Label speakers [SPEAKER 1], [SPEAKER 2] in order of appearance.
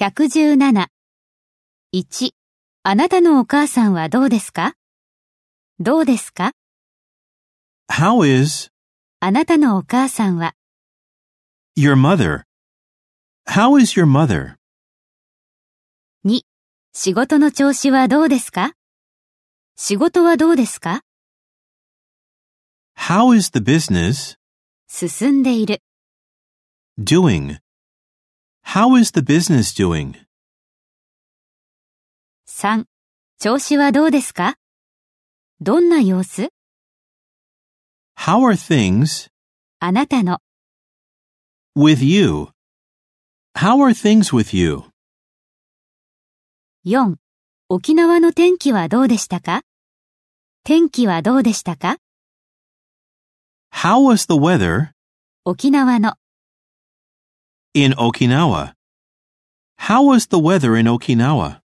[SPEAKER 1] 117。1. あなたのお母さんはどうですかどうですか
[SPEAKER 2] How is
[SPEAKER 1] あなたのお母さんは
[SPEAKER 2] your mother? How is your mother?
[SPEAKER 1] 仕事の調子はどうですか仕事はどうですか
[SPEAKER 2] How is the business
[SPEAKER 1] 進んでいる。
[SPEAKER 2] doing? How is the business doing?
[SPEAKER 1] 3. 調子はどうですかどんな様子
[SPEAKER 2] How are things
[SPEAKER 1] あなたの
[SPEAKER 2] with you? How are things with you?
[SPEAKER 1] 4. 沖縄の天気はどうでしたか天気はどうでしたか
[SPEAKER 2] How was the weather
[SPEAKER 1] 沖縄の
[SPEAKER 2] in Okinawa? How was the weather in Okinawa?